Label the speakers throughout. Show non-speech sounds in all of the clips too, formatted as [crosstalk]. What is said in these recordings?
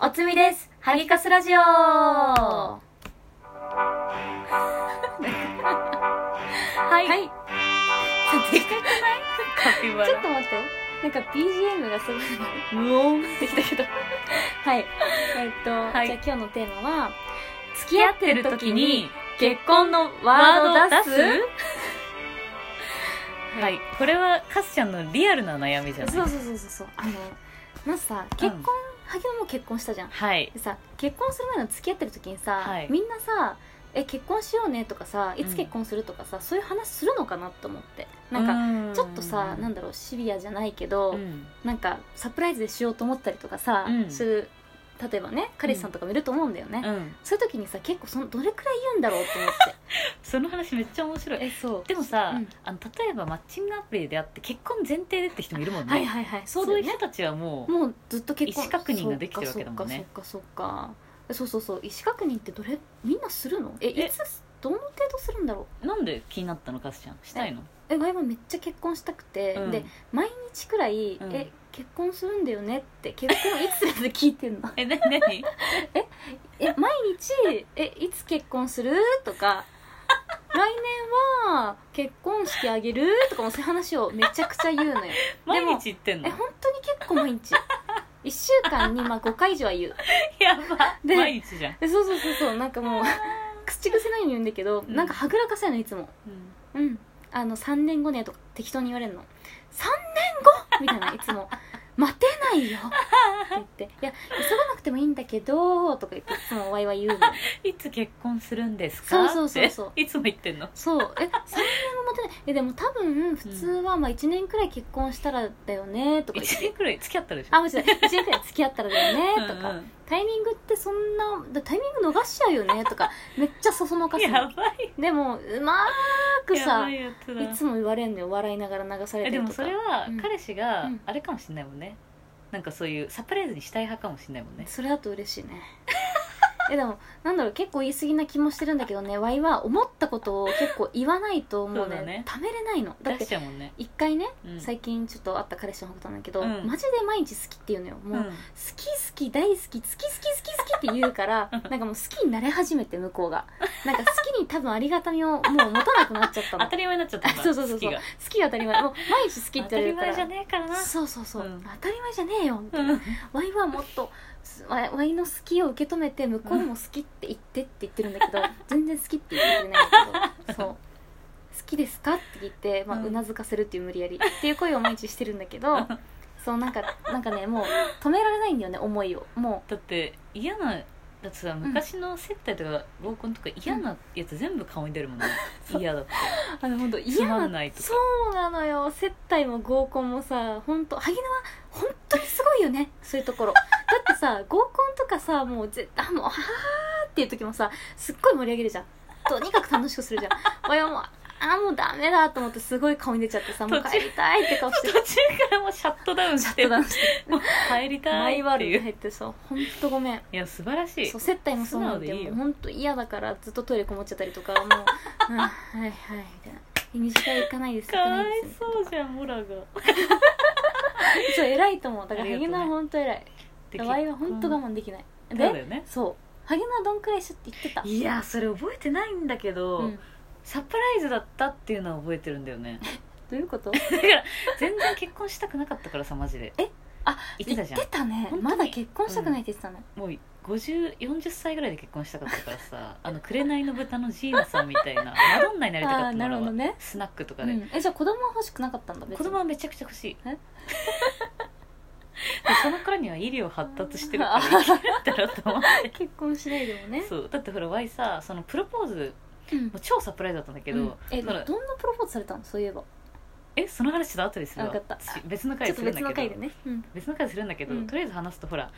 Speaker 1: おつみです。ハギカスラジオ。は。
Speaker 2: はいい。
Speaker 1: でかくない
Speaker 2: カピバ
Speaker 1: ちょっ
Speaker 2: ラ
Speaker 1: と。待って。なんか BGM がすごい
Speaker 2: 無音。
Speaker 1: できたけど。はい。えっと、
Speaker 2: はい
Speaker 1: じゃあ今日のテーマは、付き
Speaker 2: 付き合
Speaker 1: 合
Speaker 2: っ
Speaker 1: ってて
Speaker 2: る
Speaker 1: る
Speaker 2: 時
Speaker 1: 時
Speaker 2: に
Speaker 1: に、
Speaker 2: 結婚のワード出すはい。これはカスちゃんのリアルな悩みじゃない
Speaker 1: そうそうそうそうそう。あの、まずさ、結婚、ハギはもう結婚したじゃん。
Speaker 2: はい
Speaker 1: で。さ結婚する前の付き合ってる時にさ、
Speaker 2: はい
Speaker 1: みんなさえ結婚しようねとかさいつ結婚するとかさ、そういう話するのかなと思ってなんか
Speaker 2: か
Speaker 1: ちょっとさなんだ
Speaker 2: だ
Speaker 1: ろうシビアじゃないけど、
Speaker 2: ん。
Speaker 1: なんかサプライズでしようと思ったりとかさ、
Speaker 2: うん
Speaker 1: する例えばね彼氏さんとかもいると思うんだよね、
Speaker 2: うん。
Speaker 1: そういう時にさ結構そのどれくらい言うんだろうと思っ
Speaker 2: その話めっちゃ面 [laughs] 白
Speaker 1: て
Speaker 2: い。
Speaker 1: えそう
Speaker 2: でもさ
Speaker 1: うん、
Speaker 2: あの例えばマッチングアプリであって結婚前提でって人もいるもん
Speaker 1: はい
Speaker 2: ね。
Speaker 1: はいはいそ
Speaker 2: そう
Speaker 1: だ
Speaker 2: うい
Speaker 1: よ
Speaker 2: う人
Speaker 1: ね
Speaker 2: たちはもう
Speaker 1: もうずっと結婚
Speaker 2: 意思確認ができてるわけだもんね
Speaker 1: そうかそうかそうかそうそうそう意思確認ってどれみんなするのえ
Speaker 2: え
Speaker 1: いつどの程度するんだろう
Speaker 2: なんで気になったのカスちゃんしたいの？
Speaker 1: え前はめっちゃ結婚したくて、
Speaker 2: うん
Speaker 1: で毎日くらい、
Speaker 2: うん
Speaker 1: え結婚するんだよねって結婚いつするって聞いてんの [laughs]
Speaker 2: え、なになに？
Speaker 1: え毎日えいつ結婚するとか来年は結婚式あげるとかもそういう話をめちゃくちゃ言うのよ
Speaker 2: 毎日言ってんの
Speaker 1: え？本当に結構毎日1週間にまあ5回以上は言う
Speaker 2: やば。
Speaker 1: で
Speaker 2: 毎日じゃん。
Speaker 1: えそうそうそうそうなんかもう
Speaker 2: [laughs]
Speaker 1: 口癖のように言うんだけど、
Speaker 2: うん
Speaker 1: なんかはぐらかせないのいつもうん、あの3年後ねとか適当に言われるの3年後みたいないつ
Speaker 2: [laughs]
Speaker 1: も「待てないよ」って言って「いや急がなくてもいいんだけど」とか言っていつもワイワイ言うの
Speaker 2: いつ結婚するんですか？
Speaker 1: そうそうそうそう
Speaker 2: っていつも言ってんの。
Speaker 1: そうえ3年も待てないえでも多分普通はまあ1年くらい結婚したらだよねとか言って
Speaker 2: 一年くらい付き合ったでしょ
Speaker 1: あもちろん1年くらい付き合ったらだよねと
Speaker 2: う
Speaker 1: か
Speaker 2: んうん
Speaker 1: タイミングってそんなだタイミング逃しちゃうよねとかめっちゃそそのかす
Speaker 2: や
Speaker 1: の
Speaker 2: ばい
Speaker 1: でもうまーく
Speaker 2: やば
Speaker 1: さ
Speaker 2: いやつだ
Speaker 1: いつも言われんのよ笑いながら流され
Speaker 2: え
Speaker 1: て
Speaker 2: で
Speaker 1: る
Speaker 2: も
Speaker 1: と
Speaker 2: そ
Speaker 1: か
Speaker 2: れは
Speaker 1: うん
Speaker 2: 彼氏が
Speaker 1: うん
Speaker 2: あれかもしれないもんね、なんかそういうサプライズにしたい派かもしれないもんね
Speaker 1: それだと嬉しいね [laughs] えでもなんだろう結構言い過ぎな気もしてるんだけどねワイは思ったことを結構言わないともう
Speaker 2: そうだね
Speaker 1: ねためれないのだっ
Speaker 2: 出してちゃうもんね、
Speaker 1: 一回ね、
Speaker 2: うん、
Speaker 1: 最近ちょっと会った彼氏のことなんだけど、
Speaker 2: うん
Speaker 1: マジで毎日好きって言うのよもう、
Speaker 2: うん
Speaker 1: 好き好き大好き好き好き好き好きって言うから
Speaker 2: [laughs]
Speaker 1: なんかもう好きになれ始めて向こうがなんか好きに多分ありがたみをもう持たなくなっちゃった
Speaker 2: [laughs] 当
Speaker 1: の
Speaker 2: たり前になっちゃったんだ
Speaker 1: [laughs] そうそうそう
Speaker 2: 好き
Speaker 1: そう
Speaker 2: が
Speaker 1: 好きが当たり前もう毎日好きっ
Speaker 2: 当
Speaker 1: て
Speaker 2: た
Speaker 1: 言われるから
Speaker 2: り前じゃねえからな
Speaker 1: そうそうそう、
Speaker 2: うん
Speaker 1: 当たり前じゃねえよみたいな、
Speaker 2: うん
Speaker 1: ワイはもっとすワイワイの好きを受け止めて向こうも好きって言ってって言ってるんだけ
Speaker 2: [laughs]
Speaker 1: ど全然好きって言ってくれないんだけどそう好きですかって聞いて、まあ、
Speaker 2: うん
Speaker 1: うなずかせるっていう無理やりっていう声を毎日してるんだけどそうなんかなんかねもう止められないんだよね思いをも
Speaker 2: だって嫌なだってさ昔の接待とか合コンとか嫌なやつ全部顔に出
Speaker 1: [laughs]
Speaker 2: るもんね、嫌だって
Speaker 1: うあの本当
Speaker 2: つ
Speaker 1: 嫌
Speaker 2: まん
Speaker 1: な
Speaker 2: ないとか
Speaker 1: そうなのよ接待も合コンもさ本当萩野は本当にすごいよねそういうところだってさ合コンとかさもうぜあもうあーっていう時もさすっごい盛り上げるじゃんとにかく楽しくするじゃん親もあーもうダメだと思ってすごい顔に出ちゃってさもう
Speaker 2: 途中
Speaker 1: 帰りたいって顔し
Speaker 2: 途
Speaker 1: て
Speaker 2: 中からもうシャットダウンして
Speaker 1: ダウンして
Speaker 2: もう帰りた
Speaker 1: マ
Speaker 2: い
Speaker 1: イ
Speaker 2: っ
Speaker 1: ワー
Speaker 2: て
Speaker 1: ルド
Speaker 2: い
Speaker 1: に
Speaker 2: う
Speaker 1: 入ってさ本当ごめん
Speaker 2: いや素晴らしい
Speaker 1: そう接待もそうなんで
Speaker 2: 素直でい
Speaker 1: も
Speaker 2: いよ
Speaker 1: う本当嫌だからずっとトイレこもっちゃったりとかもううんはいはいみたいな短い行かないです
Speaker 2: か
Speaker 1: 行かな
Speaker 2: わ
Speaker 1: い
Speaker 2: い
Speaker 1: です
Speaker 2: そうじゃんモラが
Speaker 1: そう偉いと思うだか
Speaker 2: あ
Speaker 1: ら萩
Speaker 2: りがとうね
Speaker 1: 野は本当偉いワイは本当我慢できない
Speaker 2: そうだ
Speaker 1: で
Speaker 2: よね
Speaker 1: そう萩野はどんくらいしって言ってた
Speaker 2: いやそれ覚えてないんだけど、
Speaker 1: うんど
Speaker 2: サプライズだったっていうのは覚えてるんだよ
Speaker 1: [laughs]
Speaker 2: ね
Speaker 1: ういうこと
Speaker 2: だから全然結婚したくなかったからさマジで
Speaker 1: えあ
Speaker 2: 言ってたじゃん
Speaker 1: 言ってたね
Speaker 2: 本当に
Speaker 1: まだ結婚したくないって言ってたの
Speaker 2: もう5040歳ぐらいで結婚したかったからさあの「紅の豚」のジーナさんみたいなマドンナになりたか
Speaker 1: あ
Speaker 2: っ
Speaker 1: あ
Speaker 2: た
Speaker 1: なる
Speaker 2: の
Speaker 1: ほど
Speaker 2: は
Speaker 1: ね
Speaker 2: スナックとか
Speaker 1: う
Speaker 2: で、
Speaker 1: んえじゃあ子供は欲しくなかったんだ別に
Speaker 2: 子供はめちゃくちゃ欲しい
Speaker 1: え
Speaker 2: でその頃には医療発達してるか
Speaker 1: [laughs]
Speaker 2: ら
Speaker 1: あー
Speaker 2: 生きるんだろうと思って
Speaker 1: 結婚しないでもね
Speaker 2: そうだってほら Y さそのプロポーズ
Speaker 1: うん
Speaker 2: もう超サプライズだったんだけど、
Speaker 1: うんえ
Speaker 2: だ
Speaker 1: ど
Speaker 2: から
Speaker 1: んなプロポーズされたのそういえば
Speaker 2: えその話ちょっと後でする
Speaker 1: あ
Speaker 2: わ
Speaker 1: 分かった
Speaker 2: 私別の
Speaker 1: ち
Speaker 2: 回
Speaker 1: ょっ
Speaker 2: す
Speaker 1: と
Speaker 2: る
Speaker 1: 別
Speaker 2: んだけど
Speaker 1: の回でねうん
Speaker 2: 別の回するんだけど、
Speaker 1: うん
Speaker 2: とりあえず話すとほら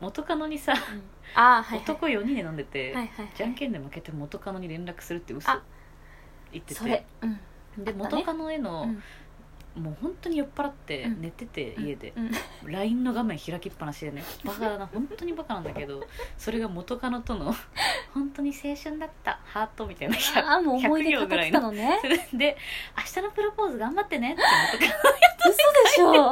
Speaker 2: 元カノにさ、
Speaker 1: うんああはいはい
Speaker 2: 男4人で飲んで
Speaker 1: はい
Speaker 2: て、
Speaker 1: はいはい
Speaker 2: じゃんけんで負けて元カノに連絡するって嘘
Speaker 1: あ
Speaker 2: 言って
Speaker 1: それ
Speaker 2: て
Speaker 1: うんあ
Speaker 2: で
Speaker 1: ったね
Speaker 2: 元カノへの、
Speaker 1: うん
Speaker 2: もう本当に酔っ払って
Speaker 1: うん
Speaker 2: 寝てて、家で
Speaker 1: うん
Speaker 2: LINE の画面開きっぱなしでねバカだな本当にバカなんだ
Speaker 1: [laughs]
Speaker 2: けどそれが元カノとの「本当に青春だったハート」みたいな100
Speaker 1: ああもう思い出語っ
Speaker 2: 100行ぐらい
Speaker 1: て
Speaker 2: の
Speaker 1: たのね
Speaker 2: それで「明日のプロポーズ頑張ってね」って元カノ [laughs]
Speaker 1: 嘘でしょ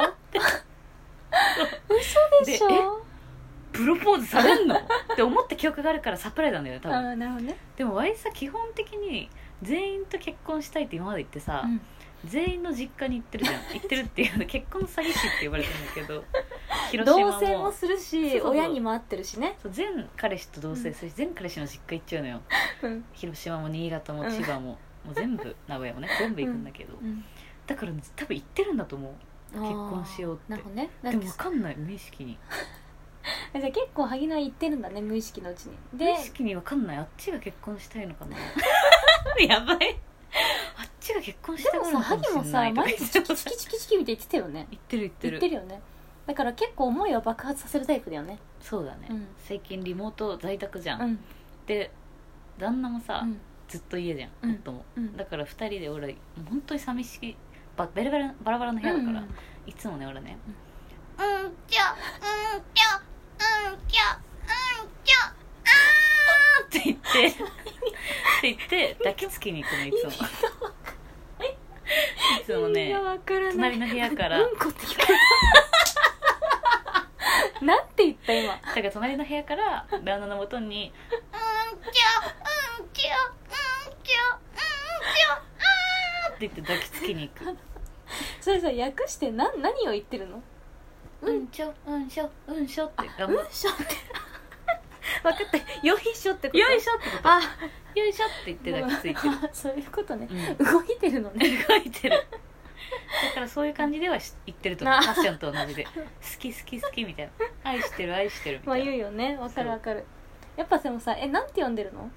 Speaker 1: 嘘でし
Speaker 2: で
Speaker 1: ょ
Speaker 2: 「プロポーズされ
Speaker 1: [laughs]
Speaker 2: んのって思った記憶があるからサプライズなんだよね
Speaker 1: あ
Speaker 2: 多分
Speaker 1: ーなるほどね、
Speaker 2: でもワイさ基本的に全員と結婚したいって今まで言ってさ、
Speaker 1: うん
Speaker 2: 全員の実家に
Speaker 1: [laughs]
Speaker 2: 行ってるじゃん行ってるっていうあの結婚詐欺師って呼ばれてるんだけど広島
Speaker 1: 同
Speaker 2: も
Speaker 1: 棲もするし
Speaker 2: そうそう
Speaker 1: 親にも会ってるしね、
Speaker 2: そう全彼氏と同棲するし、全彼氏の実家行っちゃうのよ
Speaker 1: うん
Speaker 2: 広島も新潟も
Speaker 1: うん
Speaker 2: 千葉も,、もう全部名古屋もね全部行くんだけど、だから多分行ってるんだと思う
Speaker 1: 結
Speaker 2: 婚しようって
Speaker 1: なるほどねだっ
Speaker 2: で
Speaker 1: て
Speaker 2: も分かんない無意識に
Speaker 1: じゃあ結構萩野は言ってるんだね無意識のうちに
Speaker 2: 無
Speaker 1: で
Speaker 2: 意識に分かんないあっちが結婚したいのかな [laughs] やばいあっちが結婚したい
Speaker 1: で
Speaker 2: の
Speaker 1: も
Speaker 2: か
Speaker 1: さ萩野
Speaker 2: も
Speaker 1: も
Speaker 2: しれな
Speaker 1: さ
Speaker 2: いとか
Speaker 1: 毎日
Speaker 2: 言
Speaker 1: チ
Speaker 2: っ
Speaker 1: キチキチキチキみたいに言ってたよね
Speaker 2: てる言って
Speaker 1: 言
Speaker 2: る
Speaker 1: ってるよねだから結構思いを爆発させるタイプだよね
Speaker 2: そうだね、
Speaker 1: うん
Speaker 2: 最近リモート在宅じゃん、
Speaker 1: うん
Speaker 2: で旦那もさ、
Speaker 1: うん
Speaker 2: ずっと家じゃん
Speaker 1: うん
Speaker 2: 夫も、
Speaker 1: うん
Speaker 2: だから2人で俺もう本当に寂しいばベラベラバラバラの部屋だから、
Speaker 1: うん
Speaker 2: いつもね俺ね
Speaker 1: う
Speaker 2: 「うんきゃうんきゃうんきゃうんきゃあー」って言ってって言って抱きつきに行くのいつもいつも
Speaker 1: 意味
Speaker 2: ね
Speaker 1: がわからない
Speaker 2: 隣の部屋から
Speaker 1: うんこって聞こえた
Speaker 2: [laughs]
Speaker 1: なんて言った今
Speaker 2: だから隣の部屋から旦那のもとに「うんきゃうんきゃうんきゃうんきゃあー」って言って抱きつきに行く
Speaker 1: それさ訳して何何を言ってるの
Speaker 2: 「うんちょうんしょうんしょ」っ
Speaker 1: う
Speaker 2: て頑張っ
Speaker 1: んしょって分かったよいしょってこと
Speaker 2: て「よいしょ」ってこと
Speaker 1: あ
Speaker 2: 「よいしょ」って言って抱きつい
Speaker 1: [laughs]
Speaker 2: てる
Speaker 1: あそういうことね、
Speaker 2: うん
Speaker 1: 動いてる
Speaker 2: [laughs]
Speaker 1: のね
Speaker 2: 動いてるだからそういう感じではし言ってると思う
Speaker 1: な
Speaker 2: ファッションと同じで好き好き好きみたいな愛してる愛してるみ
Speaker 1: まあ
Speaker 2: たいな
Speaker 1: 言うよねわかるわかるやっぱでもさえなんて呼んでるの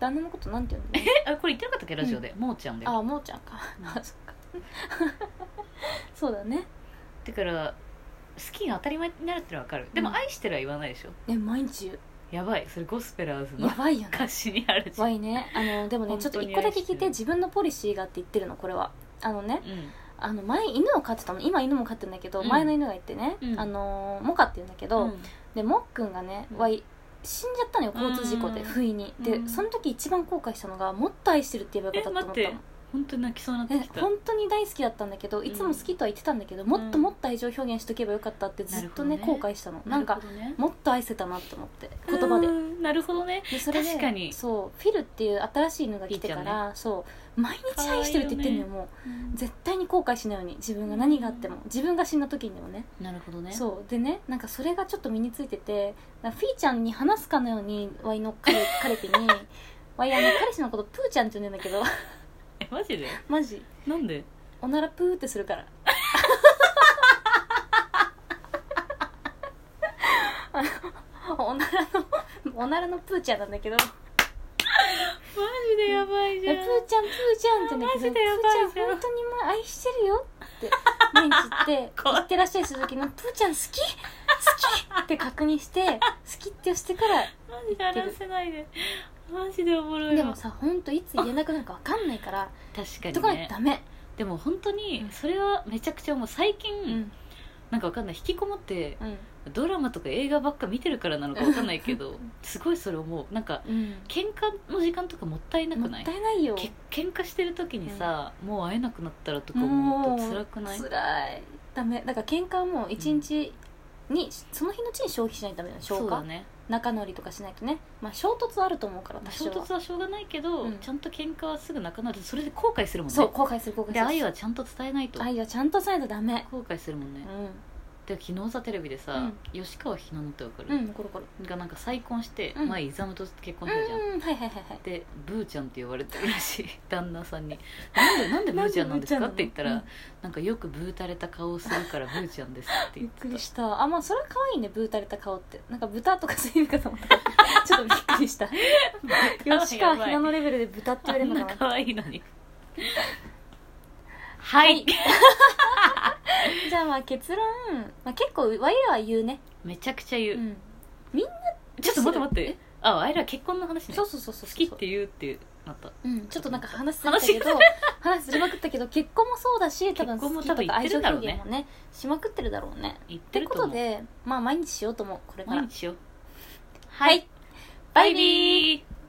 Speaker 1: 旦那のことなんて呼んでる
Speaker 2: えあこれ言ってなかったっけラジオで、もうちゃんで
Speaker 1: のああもうちゃんか
Speaker 2: うん
Speaker 1: あそっか [laughs] そうだね
Speaker 2: だから好きが当たり前になるってのは分かるでも
Speaker 1: うん
Speaker 2: 愛してるは言わないでしょ
Speaker 1: え毎日言う
Speaker 2: やばいそれゴスペラーズの
Speaker 1: やばいよね
Speaker 2: 歌詞にあるじゃ
Speaker 1: わ
Speaker 2: ん
Speaker 1: いねあのでもねちょっと一個
Speaker 2: 本当
Speaker 1: だ
Speaker 2: に愛
Speaker 1: け
Speaker 2: して
Speaker 1: 聞
Speaker 2: る
Speaker 1: いて自分のポリシーがあって言ってるのこれはあのね
Speaker 2: う
Speaker 1: あの前犬を飼ってたの今犬も飼ってるんだけど、
Speaker 2: うん
Speaker 1: 前の犬がいてね、
Speaker 2: うん
Speaker 1: あのモカって言うんだけど、
Speaker 2: ん、うん
Speaker 1: でもっくんがね、
Speaker 2: うん
Speaker 1: わい死んじゃったのよ交通事故で
Speaker 2: うん
Speaker 1: 不意にで、
Speaker 2: うん
Speaker 1: その時一番後悔したのがもっと愛してるって言えばよかったと思ったの
Speaker 2: え待本当に泣きそうになって
Speaker 1: え
Speaker 2: きた
Speaker 1: 本当に大好きだったんだけどいつも好きとは言ってたんだけど、もっともっと愛情表現しとけばよかったってずっとね
Speaker 2: なるほ
Speaker 1: 後
Speaker 2: どね
Speaker 1: 悔したのなんか
Speaker 2: るほどね
Speaker 1: もっと愛せたなって思って言葉で
Speaker 2: うんなるほどね
Speaker 1: でそれで
Speaker 2: 確かに
Speaker 1: そうフィルっていう新しい犬が来てか
Speaker 2: いいじ
Speaker 1: ら、そう毎日愛してるって言ってんのよもう絶対に後悔しないように自分が何があっても、自分が死んだ時にでもね
Speaker 2: なるほどね
Speaker 1: そうでねなんかそれがちょっと身についててなんかフィーちゃんに話すかのようにワイの彼彼
Speaker 2: [laughs]
Speaker 1: 氏にワイあの彼氏のことプーちゃんって呼んでんだけど [laughs]
Speaker 2: えマジで
Speaker 1: マジ
Speaker 2: な
Speaker 1: [laughs]
Speaker 2: んで
Speaker 1: おならプーってするから [laughs] あのおならのおならのプーちゃんなんだけど
Speaker 2: マジでやばい
Speaker 1: えプーちゃんプーちゃんってね
Speaker 2: マジでや
Speaker 1: プ
Speaker 2: ばい
Speaker 1: ー
Speaker 2: じ
Speaker 1: ち
Speaker 2: ゃ
Speaker 1: ゃ
Speaker 2: ん
Speaker 1: ん本当にまあ愛してるよって毎日言って
Speaker 2: 怖い
Speaker 1: 行ってらっしゃいする時のプーちゃん好き好きって確認して好きってしてから
Speaker 2: マジでやらせないでマジでおもろいわ
Speaker 1: でもさ本当いつ言えなくなるかわかんないから
Speaker 2: 確
Speaker 1: と
Speaker 2: か
Speaker 1: か
Speaker 2: に
Speaker 1: ない
Speaker 2: ね
Speaker 1: とダメ、
Speaker 2: でも本当にそれはめちゃくちゃもう最近、
Speaker 1: うん
Speaker 2: なんかわかんない引きこもって
Speaker 1: うん
Speaker 2: ドラマとか映画ばっか見てるからなのかわかんないけどすごいそれ思うなんか
Speaker 1: う、
Speaker 2: 喧嘩の時間とかもったいなん
Speaker 1: も
Speaker 2: く
Speaker 1: っ
Speaker 2: ない
Speaker 1: たいないよ
Speaker 2: け喧嘩してる時にさ、もう会えなくなったらとか思うと辛くない
Speaker 1: もう辛いダメだから喧嘩はもう一日に、その日のうちに消費しないとダメだよ消
Speaker 2: そう
Speaker 1: 化、
Speaker 2: だね
Speaker 1: 仲直りとかしないとねまあ衝突はあると思うから私
Speaker 2: 衝
Speaker 1: は
Speaker 2: 突はしょうがないけど、
Speaker 1: うん
Speaker 2: ちゃんと喧嘩はすぐなくなるそれで後悔するもんね
Speaker 1: そう後悔する後悔する
Speaker 2: で愛はちゃんと伝えないと
Speaker 1: 愛はちゃんとさないとダメ
Speaker 2: 後悔するもんね、
Speaker 1: う
Speaker 2: で昨日さテレビでさ、吉川ひなのってわかる、
Speaker 1: んうんコロコロ
Speaker 2: がなんか再婚して、
Speaker 1: うん
Speaker 2: 前イザムと結婚したじゃん、
Speaker 1: うんはいはいはいはい
Speaker 2: でブーちゃんって呼ばれてるらしい [laughs] 旦那さんに「なんでなんでブーちゃんなんですか?」
Speaker 1: な
Speaker 2: っ
Speaker 1: ん
Speaker 2: て
Speaker 1: で
Speaker 2: 言
Speaker 1: ブー
Speaker 2: っ
Speaker 1: ちゃんな
Speaker 2: た
Speaker 1: の
Speaker 2: ら、なんかよくブー垂れた顔をするからブーちゃんですって
Speaker 1: び
Speaker 2: 言
Speaker 1: っ
Speaker 2: っ
Speaker 1: く
Speaker 2: て
Speaker 1: り
Speaker 2: た
Speaker 1: したあまあそれは可愛いねブー垂れた顔ってなんか豚とかそういう意味かと思った [laughs] ちょっとびっくり
Speaker 2: [laughs]
Speaker 1: した吉川ひなのレベルで豚って言われる
Speaker 2: あん
Speaker 1: の
Speaker 2: な
Speaker 1: かな
Speaker 2: 可愛いの
Speaker 1: [laughs]
Speaker 2: にはい、
Speaker 1: じゃあまあ結論、まあ、結構ワイらは言うね、
Speaker 2: めちゃくちゃ言
Speaker 1: う
Speaker 2: う、
Speaker 1: ん、
Speaker 2: ちょっと待って待って
Speaker 1: え
Speaker 2: ああいら結婚の話ね
Speaker 1: そうそうそうそう
Speaker 2: 好きって言うってなった
Speaker 1: うん、ちょっとなんか話すれたけど話すれまくったけど結婚もそうだし多分好
Speaker 2: 結婚も
Speaker 1: きと
Speaker 2: 多分
Speaker 1: か
Speaker 2: 言っ
Speaker 1: 愛
Speaker 2: て
Speaker 1: 情
Speaker 2: るんだろう
Speaker 1: 表
Speaker 2: ね
Speaker 1: 現もねしまくってるだろうね
Speaker 2: 言っ
Speaker 1: ってて
Speaker 2: る
Speaker 1: ことと
Speaker 2: 思う
Speaker 1: でまあ毎日しようと思うこれから
Speaker 2: 毎日しよう
Speaker 1: は
Speaker 2: 毎
Speaker 1: い
Speaker 2: 日
Speaker 1: バ
Speaker 2: バ
Speaker 1: イ
Speaker 2: イ
Speaker 1: ビー
Speaker 2: ビー